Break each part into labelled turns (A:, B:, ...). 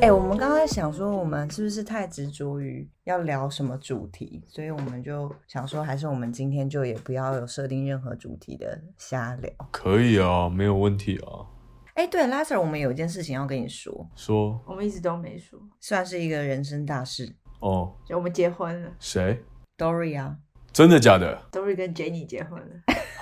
A: 哎、我们刚刚想说，我们是不是太执着于要聊什么主题？所以我们就想说，还是我们今天就也不要有设定任何主题的瞎聊。
B: 可以啊，没有问题啊。
A: 哎、对拉 a 我们有一件事情要跟你说，
B: 说
C: 我们一直都没说，
A: 算是一个人生大事。
B: 哦，
C: 就我们结婚了
B: 谁？
A: Dory 啊，
B: 真的假的？
C: ，Dory 跟 Jenny 结婚了，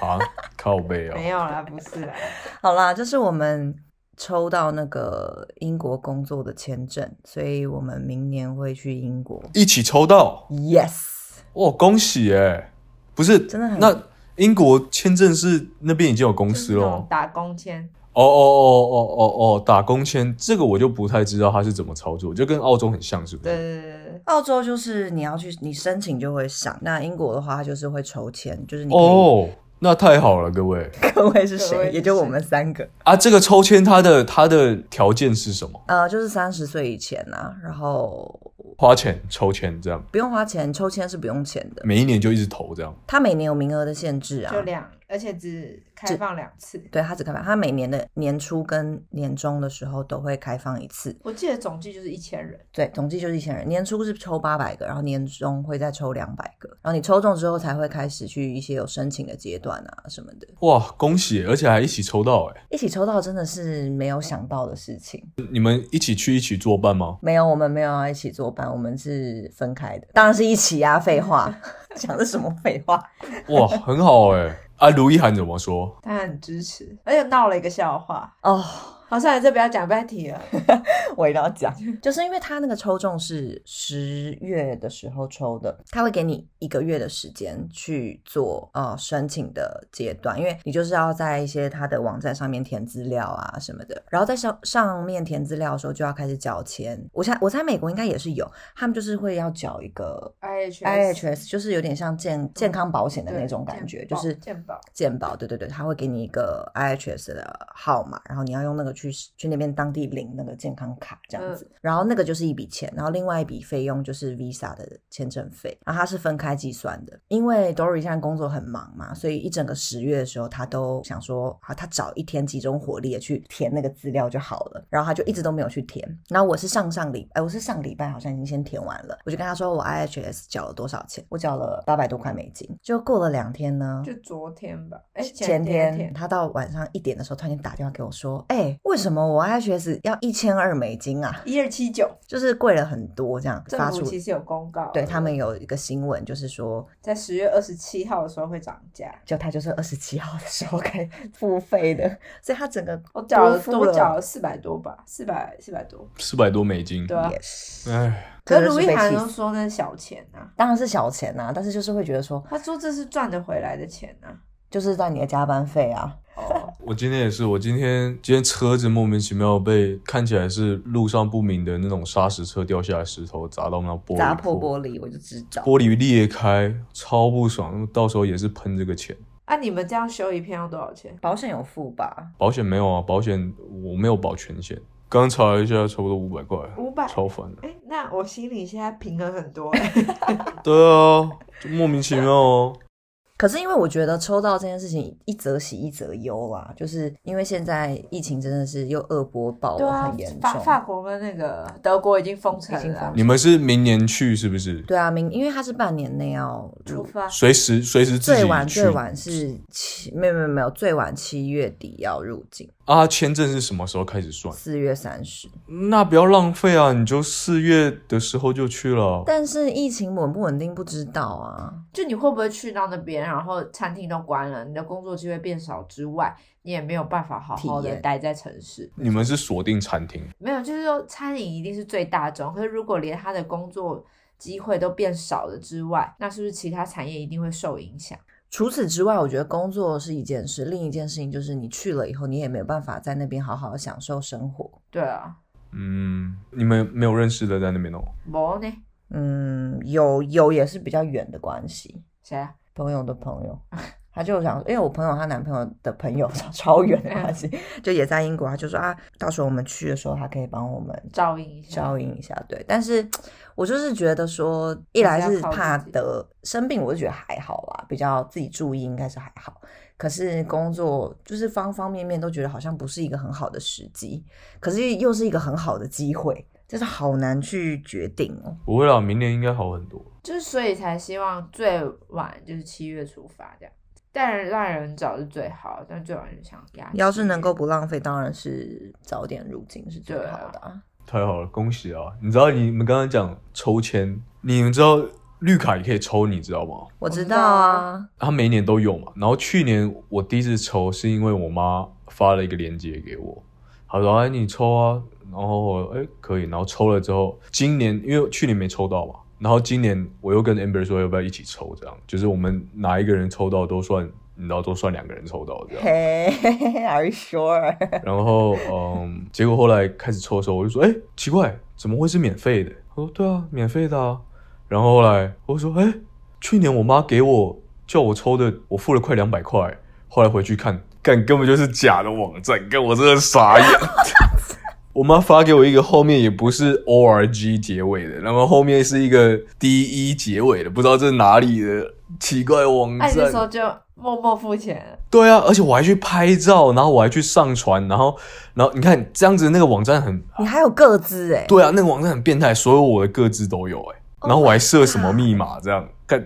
B: 啊，靠背啊。
C: 没有啦，不 是啦，
A: 好啦，就是我们抽到那个英国工作的签证，所以我们明年会去英国。
B: 一起抽到，
A: Yes，
B: 哇，恭喜哎、不是，
A: 真的很
B: 那英国签证是那边已经有公
C: 就是
B: 司
C: 那
B: 了
C: 种
B: 哦。
C: 打工签，
B: 哦哦哦哦哦哦，打工签这个我就不太知道它是怎么操作，就跟澳洲很像，是不
C: 对
B: 是？
C: 对对对对，
A: 澳洲就是你要去，你申请就会上。那英国的话，它就是会抽签，就是你可以、
B: 哦，那太好了，各位
A: 各位是
C: 各位
A: 谁，
C: 是
A: 也就我
C: 谁
A: 们三个。
B: 啊！这个抽签它的它的条件是什么？
A: 呃，就是三十岁以前啊，然后
B: 花钱抽签这样，
A: 不用花钱，抽签是不用钱的。
B: 每一年就一直投这样。
A: 它每年有名额的限制啊
C: 就，两，而且只开放两次，
A: 对，它只开放，它每年的年初跟年终的时候都会开放一次。
C: 我记得总计就是一千人，
A: 对，总计就是一千人，年初是抽八百个，然后年终会再抽两百个，然后你抽中之后才会开始去一些有申请的阶段啊什么的。
B: 哇，恭喜！而且还一起抽到哎、
A: 一起抽到真的是没有想到的事情。
B: 你们一起去一起作伴吗？
A: 没有，我们没有要一起作伴，我们是分开的，当然是一起啊，废话， 讲的什么废话？
B: 哇，很好哎、啊，卢一涵怎么说？
C: 他很支持，而且闹了一个笑话，
A: 哦、
C: 好，算了，这不要讲，不要提了，
A: 我一定要讲， 就是因为他那个抽中是十月的时候抽的，他会给你一个月的时间去做呃申请的阶段，因为你就是要在一些他的网站上面填资料啊什么的，然后在上上面填资料的时候就要开始缴钱。我猜我猜美国应该也是有，他们就是会要缴一个
C: IHS
A: IHS，就是有点像健健康保险的那种感觉，
C: 嗯对
A: 就是
C: 健保
A: 健保，对对对，他会给你一个 IHS 的号码，然后你要用那个去去那边当地领那个健康卡这
C: 呃
A: 样子，然后那个就是一笔钱，然后另外一笔费用就是 Visa 的签证费，然后它是分开计算的，因为 Dory 现在工作很忙嘛，所以一整个十月的时候，他都想说啊，他找一天集中火力地去填那个资料就好了，然后他就一直都没有去填，然后我是上上礼，哎，我是上礼拜好像已经先填完了，我就跟他说我 IHS 缴了多少钱，我缴了八百多块美金，就过了两天呢，
C: 就昨天吧，哎，
A: 前
C: 天
A: 天他到晚上一点的时候，突然间打电话给我说：“哎、为什么我 IHS 要一千二美金啊？
C: 一二七九，
A: 就是贵了很多，这样发
C: 政
A: 出
C: 府。其实有公告”，
A: 对他们有一个新闻，就是说，
C: 在十月二十七号的时候会涨价，
A: 就他就是二十七号的时候该付费的， 所以他整个
C: 我缴了
A: 多付
C: 我
A: 了
C: 缴了四百多吧，四百四百多，
B: 四百多美金。
C: 对啊，
A: yes，
B: 哎，
C: 可
A: 真
C: 是
A: 的
C: 卢
A: 是
C: 一
A: 被
C: 涵
A: 气
C: 都
A: 死
C: 说那是小钱啊，
A: 当然是小钱呐、但是就是会觉得说，
C: 他说这是赚得回来的钱啊。
A: 就是在你的加班费啊，
C: 哦，
B: 我今天也是，我今天今天车子莫名其妙被看起来是路上不明的那种砂石车掉下来石头砸到那玻璃，
A: 砸破玻璃，我就知道。
B: 玻璃裂开，超不爽。到时候也是喷这个钱。
C: 啊，你们这样修一片要多少钱？
A: 保险有付吧？
B: 保险没有啊，保险我没有保全险。刚查了一下，差不多五百块，
C: 五百。
B: 超烦的。
C: 哎，那我心里现在平衡很 多。欸
B: 对啊，就莫名其妙哦。
A: 可是因为我觉得抽到这件事情，一则喜一则忧啦，就是因为现在疫情真的是又恶波爆
C: 对
A: 了，
C: 啊
A: 很严，重
C: 法。法国跟那个德国已经封城
A: 已经
C: 了啊
A: 封，
B: 你们是明年去是不是？
A: 对啊，明因为它是半年内要
C: 出发。
B: 随时随时自己
A: 最晚
B: 去
A: 最晚是七，没有没有没有，最晚七月底要入境，
B: 啊！签证是什么时候开始算？
A: 四月三十。
B: 那不要浪费啊！你就四月的时候就去了。
A: 但是疫情稳不稳定不知道啊。
C: 就你会不会去到那边，然后餐厅都关了，你的工作机会变少之外，你也没有办法好好
A: 体
C: 的
A: 验
C: 待在城市。
B: 你们是锁定餐厅，
C: 没有，就是说餐饮一定是最大众，可是如果连他的工作机会都变少了之外，那是不是其他产业一定会受影响？
A: 除此之外，我觉得工作是一件事，另一件事情就是你去了以后，你也没有办法在那边好好的享受生活。
C: 对啊，
B: 嗯，你们没有认识的在那边哦。
C: 我呢？
A: 嗯，有有也是比较远的关系，
C: 谁啊？
A: 朋友的朋友。他就想，因为我朋友她男朋友的朋友 超远的关系， 就也在英国，他就说啊，到时候我们去的时候，他可以帮我们
C: 照应一下，
A: 照应一下，对。但是我就是觉得说，一来
C: 还是
A: 是
C: 要靠
A: 怕
C: 自己
A: 得生病，我就觉得还好啦，比较自己注意应该是还好。可是工作就是方方面面都觉得好像不是一个很好的时机，可是又是一个很好的机会，就是好难去决定哦。
B: 不会啦，明年应该好很多。
C: 就是所以才希望最晚就是七月出发这样。当然让人早是最好，但最晚就想压。
A: 要是能够不浪费，当然是早点入境是最
C: 对啊
A: 好的、啊。
B: 太好了，恭喜啊！你知道你们刚刚讲抽签，你们知道绿卡也可以抽，你知道吗？
A: 我知
C: 知道
A: 道啊
C: 啊，
B: 他每一年都有嘛。然后去年我第一次抽，是因为我妈发了一个链接给我，她说：“哎，你抽啊。”然后我哎可以，然后抽了之后，今年因为去年没抽到嘛，然后今年我又跟 Amber 说要不要一起抽，这样就是我们哪一个人抽到都算，你知道都算两个人抽到这样。
A: 嘿、a r e you sure？
B: 然后嗯，结果后来开始抽的时候，我就说，哎、奇怪，怎么会是免费的？他说，对啊，免费的啊。然后后来我说，哎、去年我妈给我叫我抽的，我付了快两百块。后来回去看，干根本就是假的网站，干我真的傻眼。 我妈发给我一个后面也不是 O R G 结尾的，然后后面是一个 D E 结尾的，不知道这是哪里的奇怪网
C: 哎、
B: 站。
C: 那时候就默默付钱了，
B: 对啊，而且我还去拍照，然后我还去上传，然后，然后你看这样子，那个网站很，
A: 你还有个资哎、
B: 对啊，那个网站很变态，所有我的各自都有哎、
A: Oh
B: 然后我还设什么密码这样，看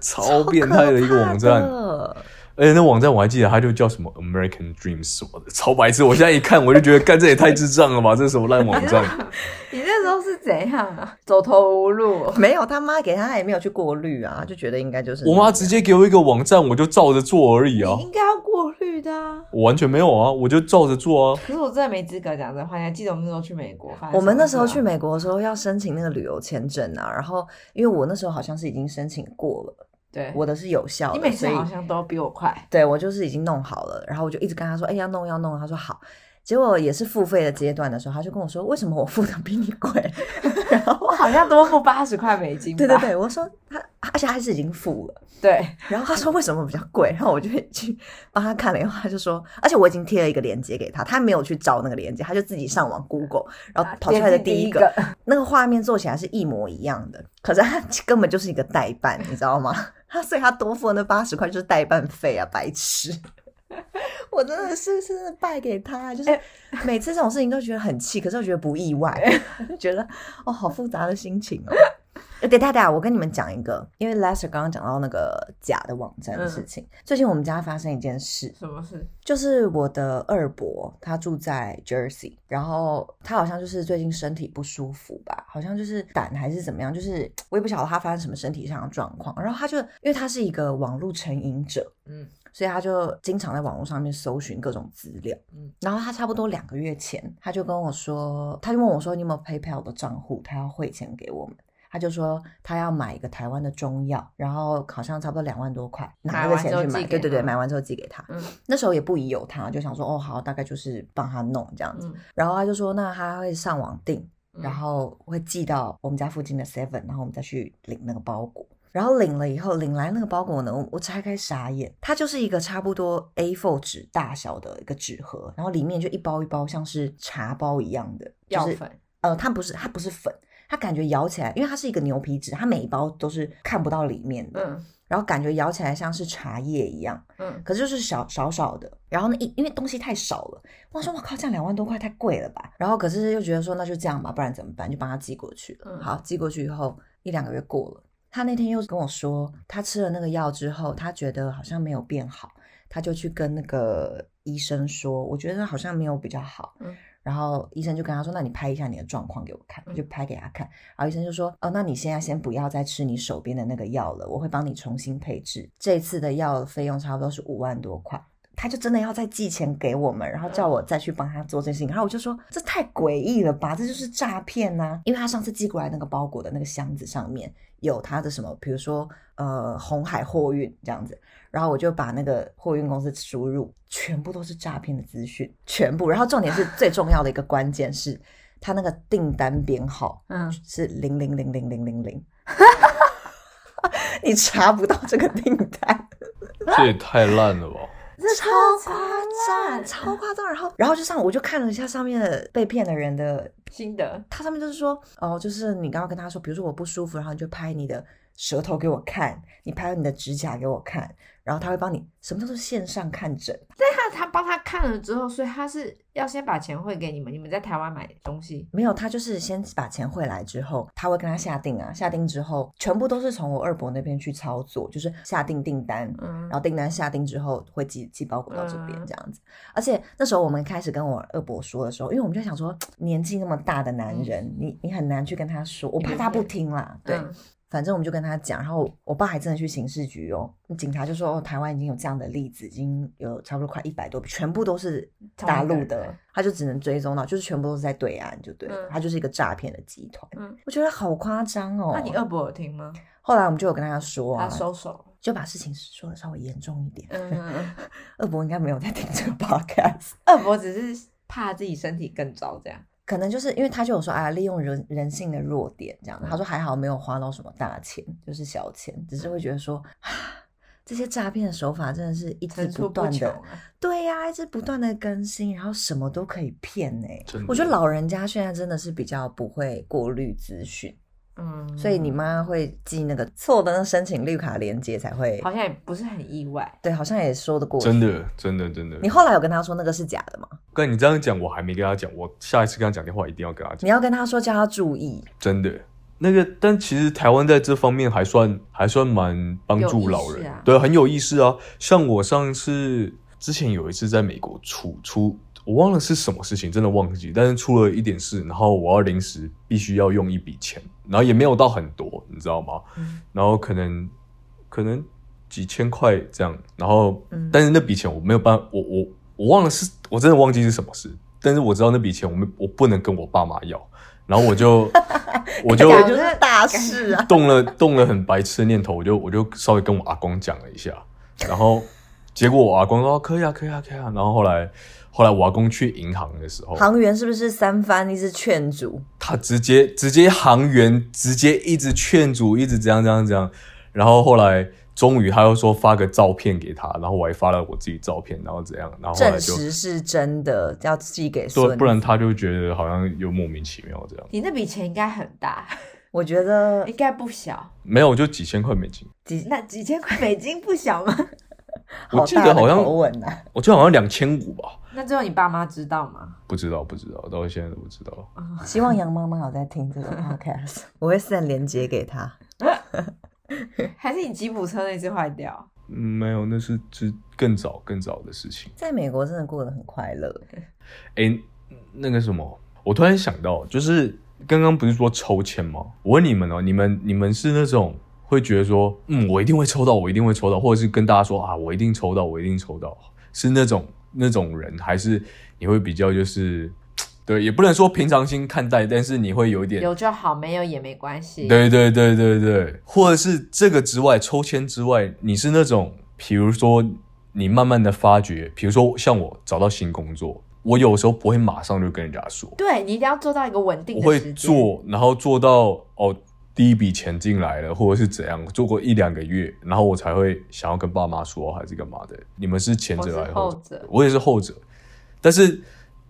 B: 超变态的一个网
A: 超可怕
B: 站，
A: 的
B: 而且那网站我还记得它就叫什么 American Dreams 什么的，超白痴，我现在一看我就觉得，干这也太智障了吧，这是什么烂网站？
C: 你那时候是怎样啊？走投无路，
A: 没有，他妈给他他也没有去过滤啊，就觉得应该就是
B: 我妈直接给我一个网站，我就照着做而已啊
C: 你，应该要过滤的啊。
B: 我完全没有啊，我就照 着做啊。
C: 可是我真的没资格讲这话，你还记得我们那时候去美国？发生
A: 我们
C: 什么
A: 那时候
C: 事
A: 去
C: 吗
A: 美国的时候要申请那个旅游签证啊，然后因为我那时候好像是已经申请过了，
C: 对，
A: 我的是有效
C: 你
A: 的，
C: 每次
A: 所以
C: 好像都比我快，
A: 对我就是已经弄好了，然后我就一直跟他说，哎、要弄要弄，他说好。结果也是付费的阶段的时候，他就跟我说，为什么我付的比你贵？ 然后
C: 我好像多付八十块美金吧。
A: 对对 对，我说他，而且他是已经付了。
C: 对，
A: 然后他说为什么比较贵，然后我就去帮他看了以后，他就说，而且我已经贴了一个链接给他，他没有去找那个链接，他就自己上网 Google，然后跑出来哦的
C: 点进
A: 啊第
C: 啊第
A: 一个，
C: 个，
A: 那个画面做起来是一模一样的，可是他根本就是一个代办，你知道吗？ 他所以他多付了那八十块就是代办费啊，白痴！ 我真的是真的败给他，就是
C: 哎
A: 每次这种事情都觉得很气，可是我觉得不意外，就 觉得哦，好复杂的心情哦。呃等一下等一下，我跟你们讲一个，因为 Lester 刚刚讲到那个假的网站的事情，最近我们家发生一件事，
C: 什么事？
A: 就是我的二伯，他住在 Jersey，然后他好像就是最近身体不舒服吧，好像就是胆还是怎么样，就是我也不晓得他发生什么身体上的状况。然后他就因为他是一个网络成瘾者，
C: 嗯，
A: 所以他就经常在网络上面搜寻各种资料。嗯
C: 嗯，
A: 然后他差不多两个月前，他就跟我说，他就问我说，你有没有 PayPal 的账户？他要汇钱给我们。他就说他要买一个台湾的中药，然后好像差不多两万多块，拿
C: 买
A: 着
C: 完
A: 钱
C: 之后
A: 去买，
C: 寄
A: 对
C: 给
A: 对对，
C: 他
A: 买完之后寄给他。
C: 嗯
A: 那时候也不疑有他，就想说哦好，大概就是帮他弄这样子。
C: 嗯，
A: 然后他就说，那他会上网订，然
C: 嗯
A: 后会寄到我们家附近的 Seven，然后我们再去领那个包裹。然后领了以后，领来那个包裹呢，我我拆开傻眼，它就是一个差不多 A4 纸大小的一个纸盒，然后里面就一包一包像是茶包一样的，就
C: 药
A: 是
C: 粉，
A: 呃，它不是它不是粉，它感觉咬起来，因为它是一个牛皮纸，它每一包都是看不到里面的，
C: 嗯
A: 然后感觉咬起来像是茶叶一样。
C: 嗯，
A: 可是就是小少少的，然后呢，一因为东西太少了，我想说我靠，这样两万多块太贵了吧？然后可是又觉得说那就这样吧，不然怎么办？就帮他寄过去了。
C: 嗯
A: 好，寄过去以后一两个月过了，他那天又跟我说，他吃了那个药之后，他觉得好像没有变好，他就去跟那个医生说，我觉得好像没有比较好。
C: 嗯
A: 然后医生就跟他说：“那你拍一下你的状况给我看。”我就拍给他看，然后医生就说：“哦，那你现在先不要再吃你手边的那个药了，我会帮你重新配置。这次的药费用差不多是五万多块。”他就真的要再寄钱给我们，然后叫我再去帮他做这件事情。然后我就说：“这太诡异了吧，这就是诈骗呐、因为他上次寄过来那个包裹的那个箱子上面有他的什么，比如说呃红海货运这样子，然后我就把那个货运公司输入，全部都是诈骗的资讯，全部。然后重点是最重要的一个关键是，他那个订单编号
C: 嗯，
A: 是零零 零零零零零，你查不到这个订单，
B: 这也太烂了吧！
C: 这
A: 超夸张，超夸张。然后， 然后就上，我就看了一下上面的被骗的人的，
C: 新的，
A: 他上面就是说，哦，就是你刚刚跟他说，比如说我不舒服，然后你就拍你的舌头给我看，你拍你的指甲给我看，然后他会帮你什么叫做线上看诊？
C: 那他帮他看了之后，所以他是要先把钱汇给你们，你们在台湾买东西，
A: 没有，他就是先把钱汇来之后，他会跟他下定啊，下定之后全部都是从我二伯那边去操作，就是下定订单，
C: 嗯
A: 然，后订单下定之后会寄寄包裹到这边
C: 嗯
A: 这样子。而且那时候我们开始跟我二伯说的时候，因为我们就想说，年纪那么大的男人，你你很难去跟他说，我
C: 你
A: 怕
C: 没
A: 他不
C: 骗
A: 听啦。对，
C: 嗯
A: 反正我们就跟他讲，然后我爸还真的去刑事局哦，警察就说哦，台湾已经有这样的例子，已经有差不多快一百多，全部都是大陆
C: 同一个
A: 的
C: 人，
A: 他就只能追踪到，就是全部都是在对岸，就对了，
C: 嗯
A: 他就是一个诈骗的集团。
C: 嗯
A: 我觉得好夸张哦。
C: 那你二伯有听吗？
A: 后来我们就有跟他说、啊，
C: 他收手，
A: 就把事情说的稍微严重一点。
C: 嗯嗯，嗯
A: 二伯应该没有在听这个 podcast，
C: 二伯只是怕自己身体更糟这样，
A: 可能就是因为他就有说啊，利用人人性的弱点这样。
C: 嗯
A: 他说还好没有花到什么大钱，就是小钱，只是会觉得说，啊这些诈骗的手法真的是一直
C: 层出
A: 不
C: 不
A: 断
C: 穷
A: 的，
C: 啊。
A: 对呀、一直不断的更新，然后什么都可以骗呢、
B: 真的
A: 我觉得老人家现在真的是比较不会过滤资讯，
C: 嗯，
A: 所以你妈会寄那个错的那申请绿卡链接才会，
C: 好像也不是很意外。
A: 对，好像也说得过去。
B: 真的，真的，真的。
A: 你后来有跟他说那个是假的吗？
B: 跟你这样讲，我还没跟他讲，我下一次跟他讲电话一定要跟他讲。
A: 你要跟他说叫他注意，
B: 真的。那个，但其实台湾在这方面还算还算蛮帮助老
C: 有意
B: 人，
C: 识啊
B: 对，很有意思啊。像我上次之前有一次在美国出出，我忘了是什么事情，真的忘记，但是出了一点事，然后我要临时必须要用一笔钱，然后也没有到很多，你知道吗？
A: 嗯
B: 然后可能可能几千块这样，然后、
A: 嗯
B: 但是那笔钱我没有办法，我我我忘了是，我真的忘记是什么事，但是我知道那笔钱我们我不能跟我爸妈要，然后我就我就
A: 感觉
C: 觉就是
A: 是大事 啊！
B: 动了动了很白痴的念头，我就我就稍微跟我阿公讲了一下，然后结果我阿公说、哦可以啊可以啊可以啊，然后后来后来我阿公去银行的时候，
A: 航员是不是三番一直劝阻？
B: 他直接直接行员直接一直劝阻，一直这样这样这样，然后后来终于他又说发个照片给他，然后我还发了我自己照片，然后怎样，然后后来
A: 证
B: 就
A: 实是真的，要寄给孙
B: 对，
A: 子。
B: 不然他就觉得好像又莫名其妙这样，
C: 你那笔钱应该很大，
A: 我觉得
C: 应该不小。
B: 没有就几千块美金，
A: 几
C: 那几千块美金不 小吗？
B: 我
A: 好
B: 记
A: 大的
B: 得好像
A: 口吻啊！
B: 我记得好像两千五吧，
C: 那最后你爸妈知道吗？
B: 不知道不知道，到现在都不知道。
A: 希望杨妈妈有在听这 个 podcast，我会 send 链接给她。
C: 还是你吉普车那次坏掉？
B: 嗯，没有，那是之更早更早的事情。
A: 在美国真的过得很快乐，
B: 诶，那个什么，我突然想到，就是刚刚不是说抽签吗？我问你们哦，你们你们是那种会觉得说，嗯，我一定会抽到，我一定会抽到，或者是跟大家说啊，我一定抽到，我一定抽到，是那种那种人，还是你会比较就是，对，也不能说平常心看待，但是你会有一点
C: 有就好，没有也没关系。
B: 对对对对对，或者是这个之外，抽签之外，你是那种，比如说你慢慢的发掘，比如说像我找到新工作，我有时候不会马上就跟人家说，
C: 对，你一定要做到一个稳定
B: 我
C: 的
B: 会
C: 时间。
B: 做，然后做到哦，第一笔钱进来了，或者是怎样，做过一两个月，然后我才会想要跟爸妈说还是干嘛的。你们是前
C: 我
B: 者
C: 是
B: 还是
C: 后
B: 后者？
C: 者，
B: 我也是后者，但是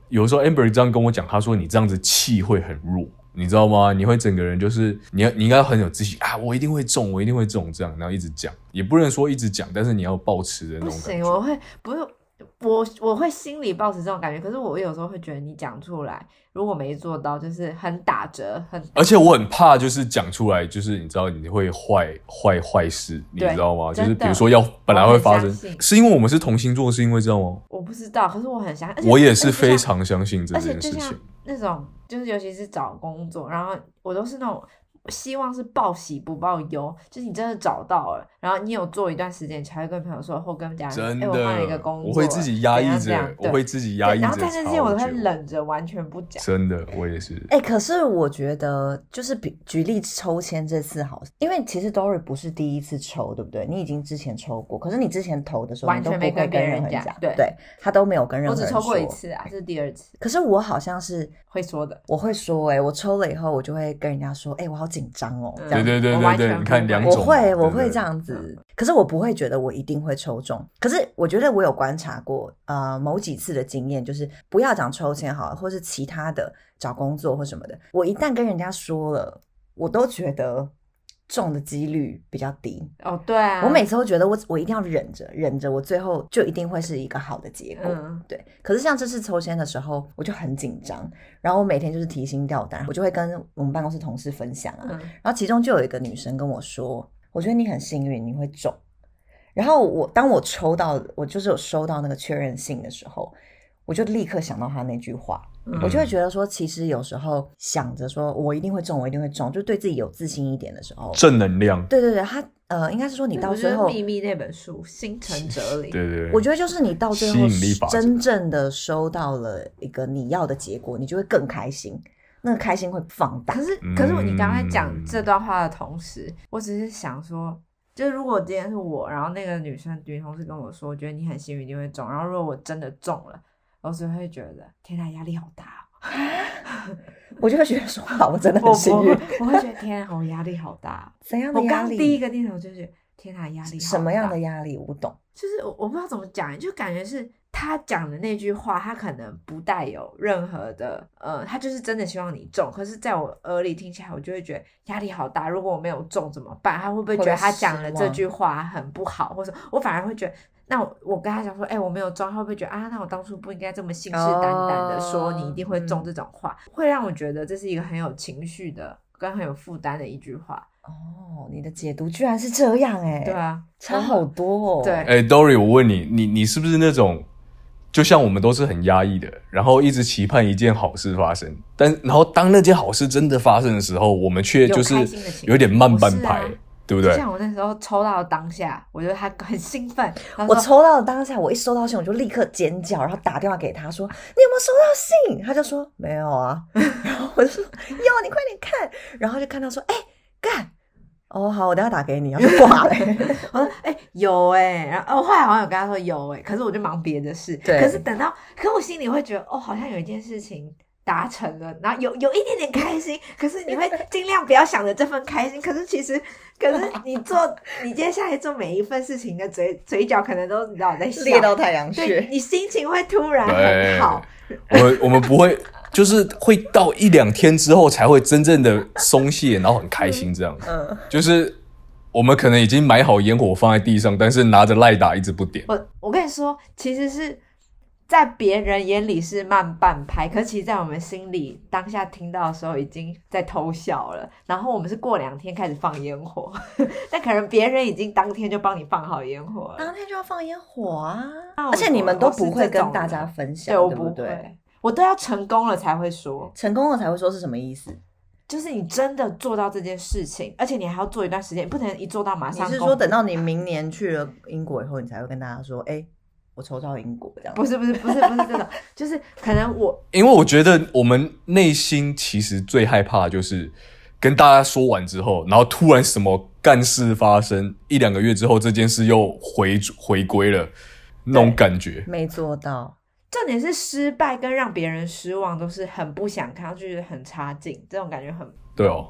B: 有时候 Amber 这样跟我讲，他说你这样子气会很弱，你知道吗？你会整个人就是你要你应该很有自信啊，我一定会中，我一定会中，这样，然后一直讲，也不能说一直讲，但是你要保持的那
C: 不
B: 种感
C: 行，
B: 觉。
C: 我会不是我我会心里抱持这种感觉，可是我有时候会觉得你讲出来，如果没做到，就是很打折，很
B: 而且我很怕，就是讲出来，就是你知道你会坏坏坏事，你
C: 对
B: 知道吗？就
C: 真
B: 是
C: 的
B: 比如说要本来会发生
C: 我很相，信
B: 是因为我们是同星座，是因为这样吗？
C: 我不知道，可是我很想，而且
B: 我也
C: 而
B: 是
C: 且就像
B: 非常相信这
C: 而且
B: 件
C: 就
B: 事
C: 像
B: 情。
C: 那种，就是尤其是找工作，然后我都是那种希望是报喜不报忧，就是你真的找到了，然后你有做一段时间，你才会跟朋友说，或跟家人
B: 真
C: 说，哎、
B: 的，
C: 我换了一个工作了，
B: 我会自己压抑
C: 怎样
B: 着，
C: 怎
B: 我
C: 样
B: 会
C: 对
B: 自己
C: 对
B: 压抑着超
C: 然
B: 久。
C: 后但是之前我都会忍着，完全不讲。
B: 真的，我也是。
A: 哎、可是我觉得就是比举例抽签这次好，因为其实 Dory 不是第一次抽，对不对？你已经之前抽过，可是你之前投的时候
C: 完
A: 你都
C: 全
A: 不
C: 没
A: 会
C: 跟别
A: 任
C: 人
A: 何人
C: 讲对
A: 对他都没有跟任
C: 我
A: 何
C: 只
A: 人
C: 抽过一
A: 说。
C: 次啊，这是第二次
A: 可是我好像是
C: 会说的。
A: 我会说、欸，哎，我抽了以后，我就会跟人家说，哎、我好紧张哦，
C: 嗯
A: 这
B: 对
A: 样。
B: 对对
C: 我
B: 对
C: 完
B: 对，
C: 全
B: 你
C: 不
B: 看
C: 会
B: 两种嘛，
A: 我会，
B: 对
A: 我
B: 不
A: 会
B: 对
A: 这样子，子。可是我不会觉得我一定会抽中，可是我觉得我有观察过，呃，某几次的经验就是，不要讲抽签好了，或是其他的找工作或什么的，我一旦跟人家说了，我都觉得中的几率比较低。
C: 哦，对啊，
A: 我每次都觉得我我一定要忍着，忍着，我最后就一定会是一个好的结果。
C: 嗯
A: 对，可是像这次抽签的时候，我就很紧张，然后我每天就是提心吊胆，我就会跟我们办公室同事分享啊，
C: 嗯，
A: 然后其中就有一个女生跟我说：“我觉得你很幸运，你会中。”然后我当我抽到，我就是有收到那个确认信的时候，我就立刻想到她那句话，
C: 嗯
A: 我就会觉得说，其实有时候想着说我一定会中，我一定会中，就对自己有自信一点的时候，
B: 正能量，
A: 对对对，她呃，应该是说你
C: 那
A: 到
C: 不是
A: 最后，
C: 秘密那本书《心诚则灵》，
B: 对对对，
A: 我觉得就是你到最
B: 吸
A: 后
B: 引力法则
A: 真正的收到了一个你要的结果，你就会更开心，那个开心会放大
C: 可。是，
B: 嗯
C: 可是我你刚才讲这段话的同时，我只是想说，就是如果今天是我，然后那个女生女同事跟我说，我觉得你很幸运一定会中，然后如果我真的中了，我只会觉得天呐，压力好大、哦。
A: 我就会觉得说，哇，我真的
C: 我
A: 很幸
C: 我
A: 运
C: 会。我会觉得天呐，我压力好大哦、
A: 怎样的
C: 我
A: 压
C: 刚
A: 力？
C: 第一个念头就是天呐，压力好大
A: 什么样的？压力？我不懂。
C: 就是我我不知道怎么讲，就感觉是他讲的那句话，他可能不带有任何的呃，他就是真的希望你中。可是在我耳里听起来，我就会觉得压力好大。如果我没有中怎么办？他会不会觉得他讲了这句话很不好，或者我反而会觉得。那我我跟他讲说，哎、我没有中，他会不会觉得啊？那我当初不应该这么信誓旦旦的说
A: 哦
C: 你一定会中这种话，会让我觉得这是一个很有情绪的跟很有负担的一句话。
A: 哦，你的解读居然是这样哎、
C: 对，啊，
A: 差好多哦。
C: 对
B: 哎、d o r y 我问你，你你是不是那种，就像我们都是很压抑的，然后一直期盼一件好事发生，但然后当那件好事真的发生的时候，我们却
C: 有
B: 就是
C: 开心的情
B: 有点慢半
C: 我是啊
B: 拍，对不
C: 就
B: 对？
C: 像我那时候抽到的当下，我觉得还很兴奋，然
A: 我
C: 后说
A: 抽到的当下，我一收到信，我就立刻尖叫，然后打电话给他说：“你有没有收到信？”他就说：“没有啊。” 然后我就说：“有，你快点看。”然后就看到说：“哎、干，哦好，我等一下打给你。”然后就挂了、
C: 我说哎、有哎、然后哦后来好像有跟他说有哎、可是我就忙别的事，
A: 对
C: 可是等到，可我心里会觉得哦，好像有一件事情。达成了，然后有有一点点开心，可是 你会尽量不要想着这份开心。可是其实，可是你做 你接下来做每一份事情的嘴嘴角可能都你知道在笑，
A: 裂到太阳
C: 啊对
A: 穴。
C: 你心情会突然
B: 对
C: 很好，
B: 我们我们不会，就是会到一两天之后才会真正的松懈，然后很开心这样。
A: 嗯，
B: 就是我们可能已经买好烟火放在地上，但是拿着赖打一直不点。
C: 我我跟你说，其实是在别人眼里是慢半拍，可是其实在我们心里当下听到的时候已经在偷笑了。然后我们是过两天开始放烟火， 但可能别人已经当天就帮你放好烟火了。
A: 当天就要放烟火啊，
C: 那我
A: 而且你们都不
C: 我
A: 会
C: 是这种
A: 跟大家分享，
C: 哦对我
A: 对
C: 不
A: 对？
C: 会，我都要成功了才会说，
A: 成功了才会说是什么意思？
C: 就是你真的做到这件事情，而且你还要做一段时间，不能一做到马
A: 你
C: 上。
A: 是说等到你明年去了英国以后，你才会跟大家说，哎、我抽到英国这样？
C: 不是不是不是不是这种，就是可能我
B: 因为我觉得我们内心其实最害怕的就是跟大家说完之后，然后突然什么干事发生，一两个月之后这件事又回回归了那种感觉。
A: 没做到，
C: 重点是失败跟让别人失望都是很不想看，就是很差劲，这种感觉很
B: 对哦，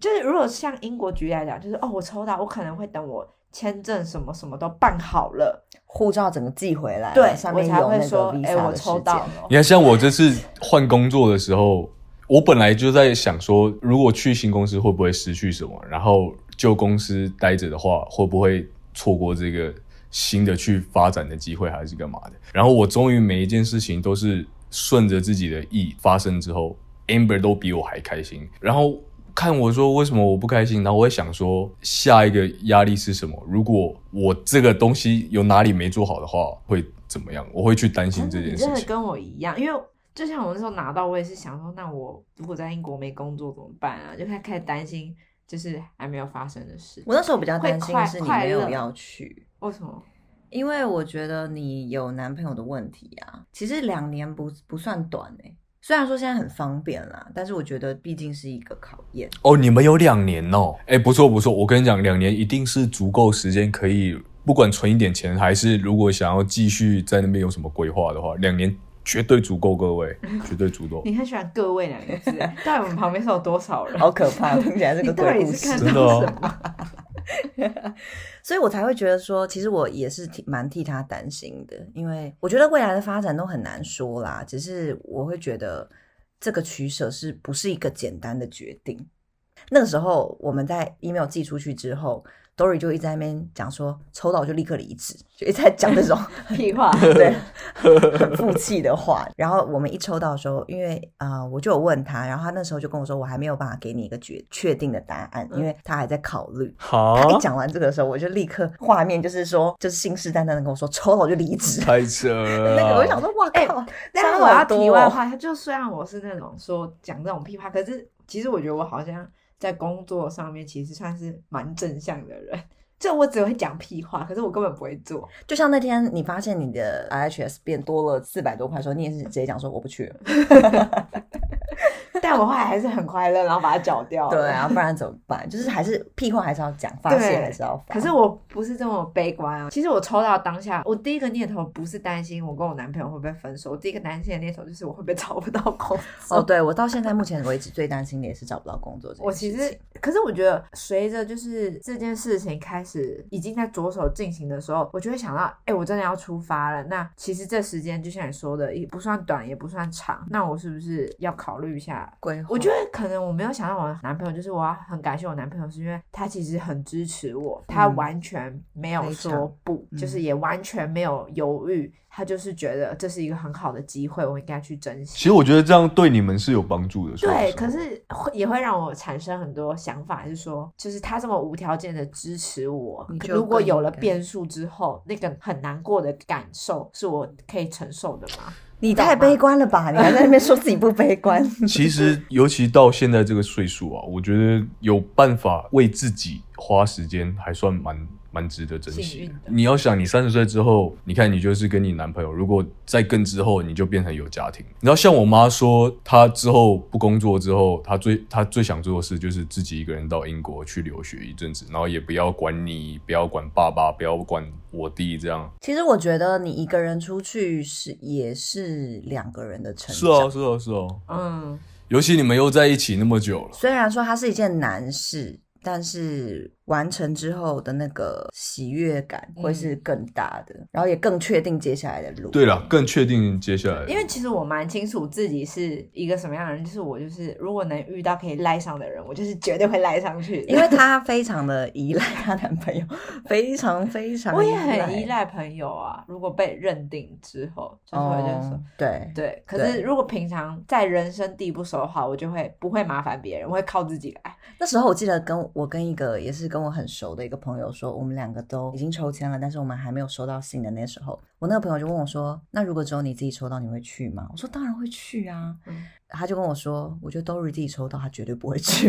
C: 就是如果像英国举例来讲，就是哦，我抽到，我可能会等我签证什么什么都办好了，
A: 护照整个寄回来，
C: 对
A: 哎上
C: 我
A: 面
C: 才
A: 有
C: 会
A: 那
C: 说
A: 个，
C: 哎、
A: visa
C: 我
A: 的时
C: 抽
A: 间。
C: 到了
B: 你。看，像我这次换工作的时候，我本来就在想说，如果去新公司会不会失去什么，然后旧公司待着的话，会不会错过这个新的去发展的机会，还是干嘛的？然后我终于每一件事情都是顺着自己的意发生之后，Amber 都比我还开心，然后。看我说为什么我不开心，然后我会想说下一个压力是什么？如果我这个东西有哪里没做好的话，会怎么样？我会去担心
C: 但
B: 这
C: 是
B: 件
C: 哦你
B: 事
C: 真的
B: 情。
C: 跟我一样，因为就像我那时候拿到，我也是想说，那我如果在英国没工作怎么办啊？就开开始担心，就是还没有发生的事。
A: 我那时候比较担
C: 会
A: 心
C: 快
A: 是你
C: 快
A: 没有
C: 乐
A: 要去，
C: 为什么？
A: 因为我觉得你有男朋友的问题啊。其实两年不不算短哎、虽然说现在很方便啦，但是我觉得毕竟是一个考 验。
B: 哦，你们有两年哦，哎，不错不错，我跟你讲，两年一定是足够时间可以，不管存一点钱，还是如果想要继续在那边有什么规划的话，两年绝对足够，各位，绝对足够。
C: 你很喜欢“各位”两个字，到底我们旁边是有多少人？
A: 好可怕，听起来是
C: 你
A: 个
C: 到
A: 鬼
C: 底
A: 故
C: 是
A: 事
C: 看。
B: 真的
C: 到
B: 哦
C: 什么？
A: 所以我才会觉得说，其实我也是挺蛮替他担心的，因为我觉得未来的发展都很难说啦。只是我会觉得这个取舍是不是一个简单的决定？那个时候我们在 email 寄出去之后，Dory 就一直在那边讲说，抽到就立刻离职，就一直在讲这种
C: 屁话，
A: 对，很负气的话。然后我们一抽到的时候，因为啊、呃我就有问他，然后他那时候就跟我说，我还没有办法给你一个决确定的答案，
C: 嗯
A: 因为他还在考虑。他
C: 啊
A: 一
B: 好，
A: 讲完这个的时候，我就立刻画面就是说，就是信誓旦旦的跟我说，抽到就离职。
B: 太扯了
A: 那
B: 啦。
A: 个我就想说，哇
C: 哎
A: 靠！
C: 但
A: 差
C: 我要
A: 好多
C: 题外
A: 哦
C: 话，他就虽然我是那种说讲这种屁话，可是其实我觉得我好像在工作上面其实算是蛮正向的人。就我只会讲屁话，可是我根本不会做。
A: 就像那天你发现你的 IHS 变多了四百多块的时候，你也是直接讲说我不去了。
C: 但我后来还是很快乐，然后把它缴掉了。
A: 对啊，不然怎么办？就是还是屁话还是要讲，发
C: 对
A: 泄还是要发。
C: 可是我不是这么悲观啊。其实我抽到当下，我第一个念头不是担心我跟我男朋友会不会分手，我第一个担心的念头就是我会不会找不到工作。
A: 哦，对我到现在目前为止最担心的也是找不到工作这件
C: 我其
A: 事
C: 实
A: 情，
C: 可是我觉得，随着就是这件事情开始已经在着手进行的时候，我就会想到，哎、我真的要出发了。那其实这时间就像你说的，也不算短，也不算长。那我是不是要考虑一下
A: 规划
C: 我觉得可能我没有想到我男朋友，就是我要很感谢我男朋友，是因为他其实很支持我，他完全没有说不，
A: 嗯常嗯
C: 就是也完全没有犹豫，他就是觉得这是一个很好的机会，我应该去珍
B: 其
C: 惜。
B: 实我觉得这样对你们是有帮助的。说
C: 对，
B: 实话
C: 可是会也会让我产生很多想法，就是说，就是他这么无条件的支持我
A: 你，就
C: 如果
A: 更
C: 有了
A: 应该
C: 变数之后，那个很难过的感受是我可以承受的吗？
A: 你
C: 懂
A: 太
C: 吗
A: 悲观了吧？你还在那边说自己不悲观。
B: 其实，尤其到现在这个岁数啊，我觉得有办法为自己花时间，还算蛮蛮值得珍
C: 幸
B: 惜
C: 运
B: 的
C: 的。
B: 你要想，你三十岁之后，你看你就是跟你男朋友，如果再更之后，你就变成有家庭。你知道，像我妈说，她之后不工作之后，她最她最想做的事就是自己一个人到英国去留学一阵子，然后也不要管你，不要管爸爸，不要管我弟，这样。
A: 其实我觉得你一个人出去是也是两个人的成
B: 是
A: 长。
B: 啊，是啊，是啊。
C: 嗯，
B: 尤其你们又在一起那么久了。
A: 虽然说它是一件难事，但是完成之后的那个喜悦感会是更大的，然后也更确定接下来的路。
B: 对了，更确定接下来。
C: 因为其实我蛮清楚自己是一个什么样的人，就是我就是如果能遇到可以赖上的人，我就是绝对会赖上去的。
A: 因为她非常的依赖她男朋友，非常非常，
C: 我也很依。赖朋友啊，如果被认定之后，就是我就说。
A: 哦，对，
C: 对，可是
A: 对
C: 如果平常在人生地不熟的话，我就会不会麻烦别人，我会靠自己来。
A: 那时候我记得跟我跟一个也是跟我很熟的一个朋友说，我们两个都已经抽签了，但是我们还没有收到信的那时候，我那个朋友就问我说：“那如果只有你自己抽到，你会去吗？”我说：“当然会去啊。
C: 嗯
A: 他就跟我说：“我觉得 Dory 自己抽到，他绝对不会 去。”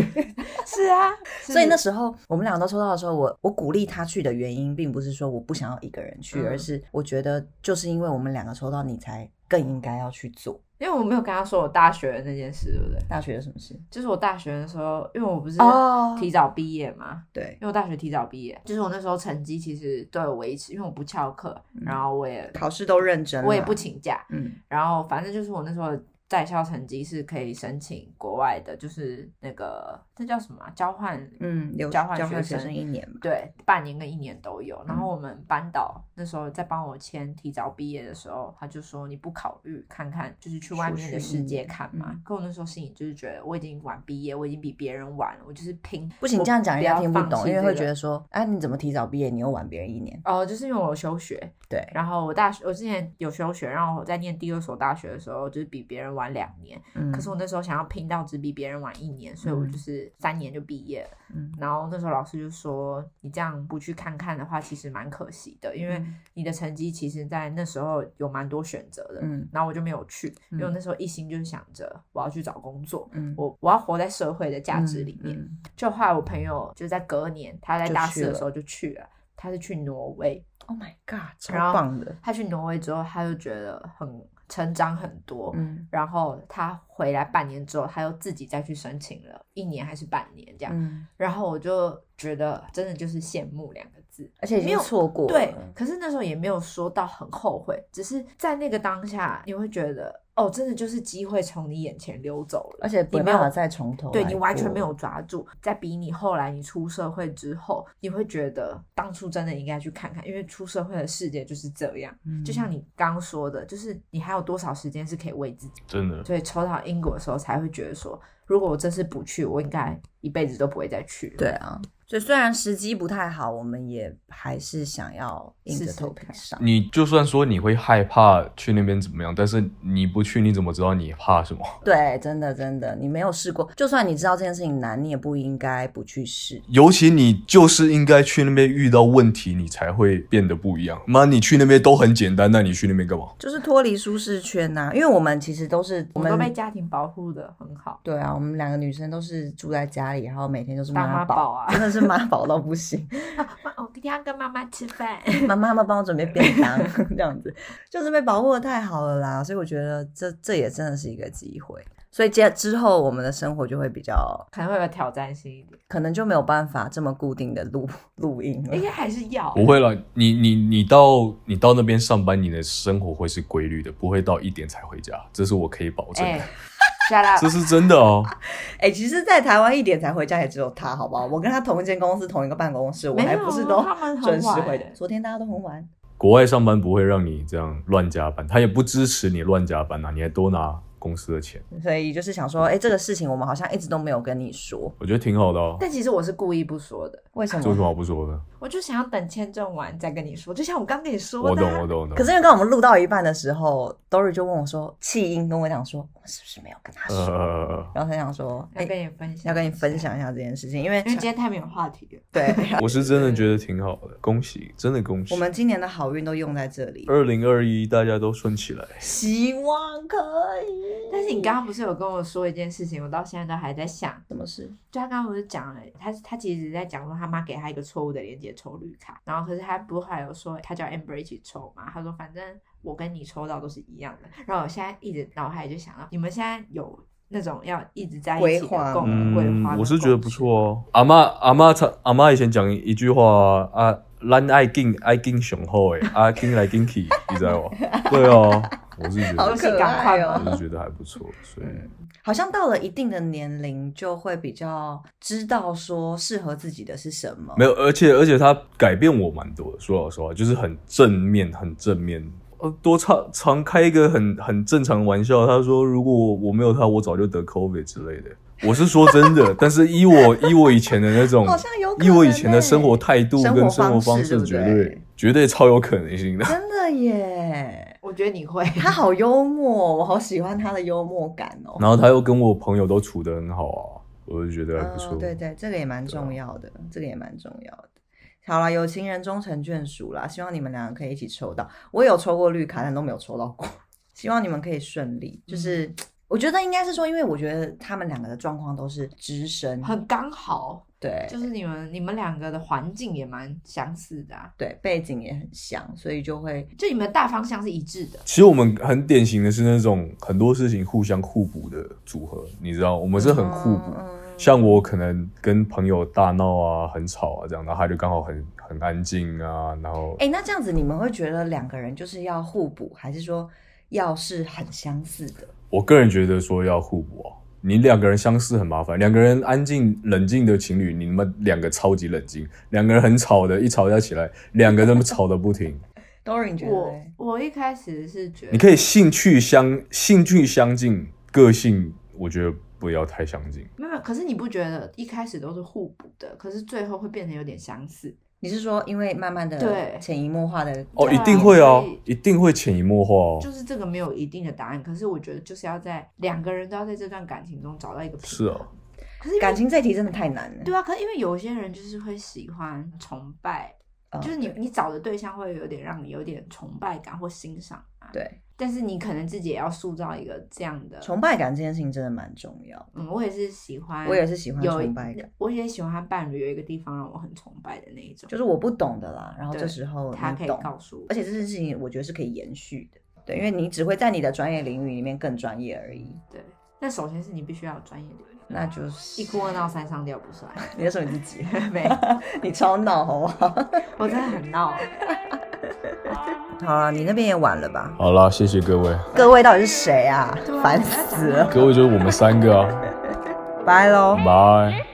C: 是啊，
A: 所以那
C: 是
A: 时候我们两个都抽到的时候，我我鼓励他去的原因，并不是说我不想要一个人去，
C: 嗯
A: 而是我觉得就是因为我们两个抽到，你才更应该要去做。
C: 因为我没有跟他说我大学的那件事，对不对？
A: 大学有什么事？
C: 就是我大学的时候，因为我不是
A: 哦
C: 提早毕业嘛，
A: 对
C: 因，为我大学提早毕业，就是我那时候成绩其实都有维持，因为我不翘课，
A: 嗯
C: 然后我也
A: 考啊试都认真，
C: 我也不，请假，
A: 嗯，
C: 然后反正就是我那时候在校成绩是可以申请国外的，就是那个那叫什么啊、交换，
A: 嗯，留
C: 交换
A: 交换
C: 学
A: 学
C: 生
A: 生一年嘛，
C: 对，半年跟一年都有。然后
A: 嗯
C: 我们班导那时候在帮我签提早毕业的时候，他就说你不考虑看看，就是去外面的世界看嘛。
A: 出去嗯
C: 可我那时候心里就是觉得我已经晚毕业，我已经比别人晚了，我就是拼。
A: 不行，这样讲人家听不
C: 我不要放
A: 懂，
C: 弃
A: 因为会
C: 这个
A: 觉得说，哎，你怎么提早毕业，你又晚别人一年？
C: 哦，就是因为我有休学，
A: 对，
C: 然后我大学我之前有休学，然后我在念第二所大学的时候，就是比别人晚两年，
A: 嗯
C: 可是我那时候想要拼到只比别人晚一年，所以我就是三年就毕业了。
A: 嗯
C: 然后那时候老师就说：“你这样不去看看的话，其实蛮可惜的，因为
A: 嗯
C: 你的成绩其实，在那时候有蛮多选择的。”
A: 嗯
C: 然后我就没有去，因为我
A: 嗯
C: 那时候一心就是想着我要去找工作，
A: 嗯
C: 我我要活在社会的价值里面。
A: 嗯嗯
C: 就后来我朋友就在隔年，他在
A: 就
C: 大
A: 去
C: 四的
A: 了
C: 时候就去了，他是去挪威。
A: Oh my god，超
C: 然后
A: 棒的，
C: 他去挪威之后，他就觉得很成长很多，
A: 嗯
C: 然后他回来半年之后，他又自己再去申请了一年还是半年这样。
A: 嗯，
C: 然后我就觉得真的就是羡慕两个字，
A: 而且已
C: 没
A: 经
C: 有
A: 错过了，
C: 对。可是那时候也没有说到很后悔，只是在那个当下，你会觉得哦，真的就是机会从你眼前溜走了，
A: 而且没
C: 你没
A: 办法
C: 有
A: 再从头，
C: 对你完全没有。抓住，在比你后来你出社会之后，你会觉得当初真的应该去看看，因为出社会的世界就是这样。
A: 嗯
C: 就像你刚说的，就是你还有多少时间是可以为自己，
B: 真的，
C: 所以抽到英国的时候才会觉得说，如果我这次不去，我应该一辈子都不会再去了。
A: 对啊，所以虽然时机不太好，我们也还是想要硬
C: 试
A: 着
C: 试
A: 头皮
C: 看嗯
A: 上。
B: 你就算说你会害怕去那边怎么样，但是你不去，你怎么知道你怕什么？
A: 对，真的真的，你没有试过，就算你知道这件事情难，你也不应该不去试。
B: 尤其你就是应该去那边遇到问题，你才会变得不一样。妈，你去那边都很简单，那你去那边干嘛？
A: 就是脱离舒适圈呐、因为我们其实都是我
C: 我们
A: 们
C: 都被家庭保护的很好，
A: 对啊，我们两个女生都是住在家里，然后每天都是
C: 当妈
A: 妈
C: 宝啊
A: 真的是妈宝到不 行。
C: 妈我今天要跟妈妈吃饭。
A: 妈妈妈帮我准备便当，这样子就是被保护的太好了啦。所以我觉得这这也真的是一个机会。所以接之后我们的生活就会比较，
C: 可能会有挑战性一点，
A: 可能就没有办法这么固定的录录音了
C: 应。该还是要
B: 不会了，你你你到你到那边上班，你的生活会是规律的，不会到一点才回家，这是我可以保证的，
C: 哎，下啦
B: 这，是真的哦。
A: 哎、其实，在台湾一点才回家也只有他，好不好？我跟他同一间公司、同一个办公室，我
C: 没有啊
A: 还不是都
C: 他们很
A: 准时
C: 晚
A: 回
C: 欸。
A: 昨天大家都很晚，
B: 国外上班不会让你这样乱加班，他也不支持你乱加班呐、啊你还多拿公司的钱，
A: 所以就是想说，哎、这个事情我们好像一直都没有跟你说，
B: 我觉得挺好的哦。
C: 但其实我是故意不说的，
A: 为什
B: 这有什
A: 么？
B: 么好不说的？
C: 我就想要等签证完再跟你说，就像我刚跟你说的啊。
B: 我懂，我懂，我懂。
A: 可是因为刚我们录到一半的时候，Dory 就问我说，弃音跟我讲说，我是不是没有跟他说？
B: 呃，
A: 然后他想说，哎、
C: 要跟你分享，
A: 要跟你分，享一下这件事情，因为
C: 因为今天太没有话题了。
A: 对
B: 我是真的觉得挺好的，恭喜，真的恭喜。
A: 我们今年的好运都用在这里，
B: 二零二一大家都顺起来，
A: 希望可以。
C: 但是你刚刚不是有跟我说一件事情，我到现在都还在想。
A: 什么事？
C: 就他刚刚不是讲了，他他其实在讲说他妈给他一个错误的连接抽绿卡，然后可是他不是还有说他叫 Amber 一起抽嘛？他说反正我跟你抽到都是一样的。然后我现在一直脑海就想到，你们现在有那种要一直在一
A: 规
C: 起
A: 划
C: 的共
A: 嗯
C: 规划跟共识吗，
B: 我是觉得不错哦。阿妈阿妈常阿妈以前讲一句话啊，啊咱爱敬爱敬雄厚 诶，啊敬来敬去，你知道吗？对哦，我是觉
A: 好
B: 得，
A: 可爱哦、
B: 我是觉得还不错，所以
A: 好像到了一定的年龄，就会比较知道说适合自己的是什么。
B: 没有，而且而且他改变我蛮多的。说老实话，就是很正面，很正面。
A: 哦
B: 呃，多常常开一个很很正常的玩笑，他说如果我没有他，我早就得 COVID 之类的。我是说 真的，但是依我依我以前的那种，
A: 好像有可能
B: 以我以前的生活态度
A: 欸
B: 跟生活方
A: 生
B: 式，
A: 活方式
B: 绝
A: 对不哦
B: 对
A: 对
B: 绝对超有可能性的。
A: 真的耶，
C: 我觉得你会，
A: 他好幽默，我好喜欢他的幽默感哦。
B: 然后他又跟我朋友都处得很好啊，我就觉得还不错。啊
A: 嗯，对对，这个也蛮重要的，这个也蛮重要的。好啦，有情人终成眷属啦，希望你们两个可以一起抽到。我有抽过绿卡，但都没有抽到过。 希望你们可以顺利。就是、
B: 嗯
A: 我觉得应该是说，因为我觉得他们两个的状况都是直升，
C: 很刚好，
A: 对
C: 就是你们你们两个的环境也蛮相似的啊，
A: 对，背景也很像，所以就会
C: 就你们的大方向是一致的。
B: 其实我们很典型的是那种很多事情互相互补的组合，你知道，我们是很互补。
A: 嗯
B: 像我可能跟朋友大闹啊，很吵啊这样，然后他就刚好很很安静啊，然后
A: 哎、那这样子你们会觉得两个人就是要互补，还是说要是很相似的？
B: 我个人觉得说要互补啊，你两个人相似很麻烦，两个人安静冷静的情侣，你们两个超级冷静，两个人很吵的，一吵架起来，两个人都吵得不停。
A: Dory 你觉得
C: 我
A: 嘞？
C: 我一开始是觉得，
B: 你可以兴趣相兴趣相近，个性我觉得不要太相近。
C: 没有，没有可是你不觉得一开始都是互补的，可是最后会变得有点相似？
A: 你是说因为慢慢的
C: 对
A: 潜移默化的
B: 哦，
C: 对
B: 一
C: 啊
B: 定会哦
C: 所以，
B: 一定会潜移默化哦。
C: 就是这个没有一定的答案，可是我觉得就是要在两个人都要在这段感情中找到一个平衡
B: 是哦，
C: 可是因为
A: 感情这一题真的太难了。
C: 对啊，可是因为有些人就是会喜欢崇拜，
A: 嗯
C: 就是你
A: 对
C: 你找的对象会有点让你有点崇拜感或欣赏啊。，
A: 对
C: 但是你可能自己也要塑造一个这样的。
A: 崇拜感这件事情真的蛮重要的。
C: 嗯，我也是喜欢，
A: 我也是喜欢
C: 有
A: 崇拜感，，
C: 我也喜欢伴侣有一个地方让我很崇拜的那一种，
A: 就是我不懂的啦，然后这
C: 对
A: 时候
C: 他可
A: 你
C: 以
A: 懂，
C: 告诉我
A: 而。且这件事情我觉得是可以延续的。对，因为你只会在你的专业领域里面更专业而已，
C: 对，那首先是你必须要有专业的人，
A: 那就是
C: 一哭二闹三上吊不 算。
A: 你 在说你自己，
C: 没有，
A: 你超闹好不好？
C: 我真的很闹。
A: 好啦，你那边也晚了吧？
B: 好啦，谢谢各位，
A: 各位到底是谁啊
C: 对啊？
A: 烦死了，
B: 各位就是我们三个啊，
A: 拜喽。
B: 拜。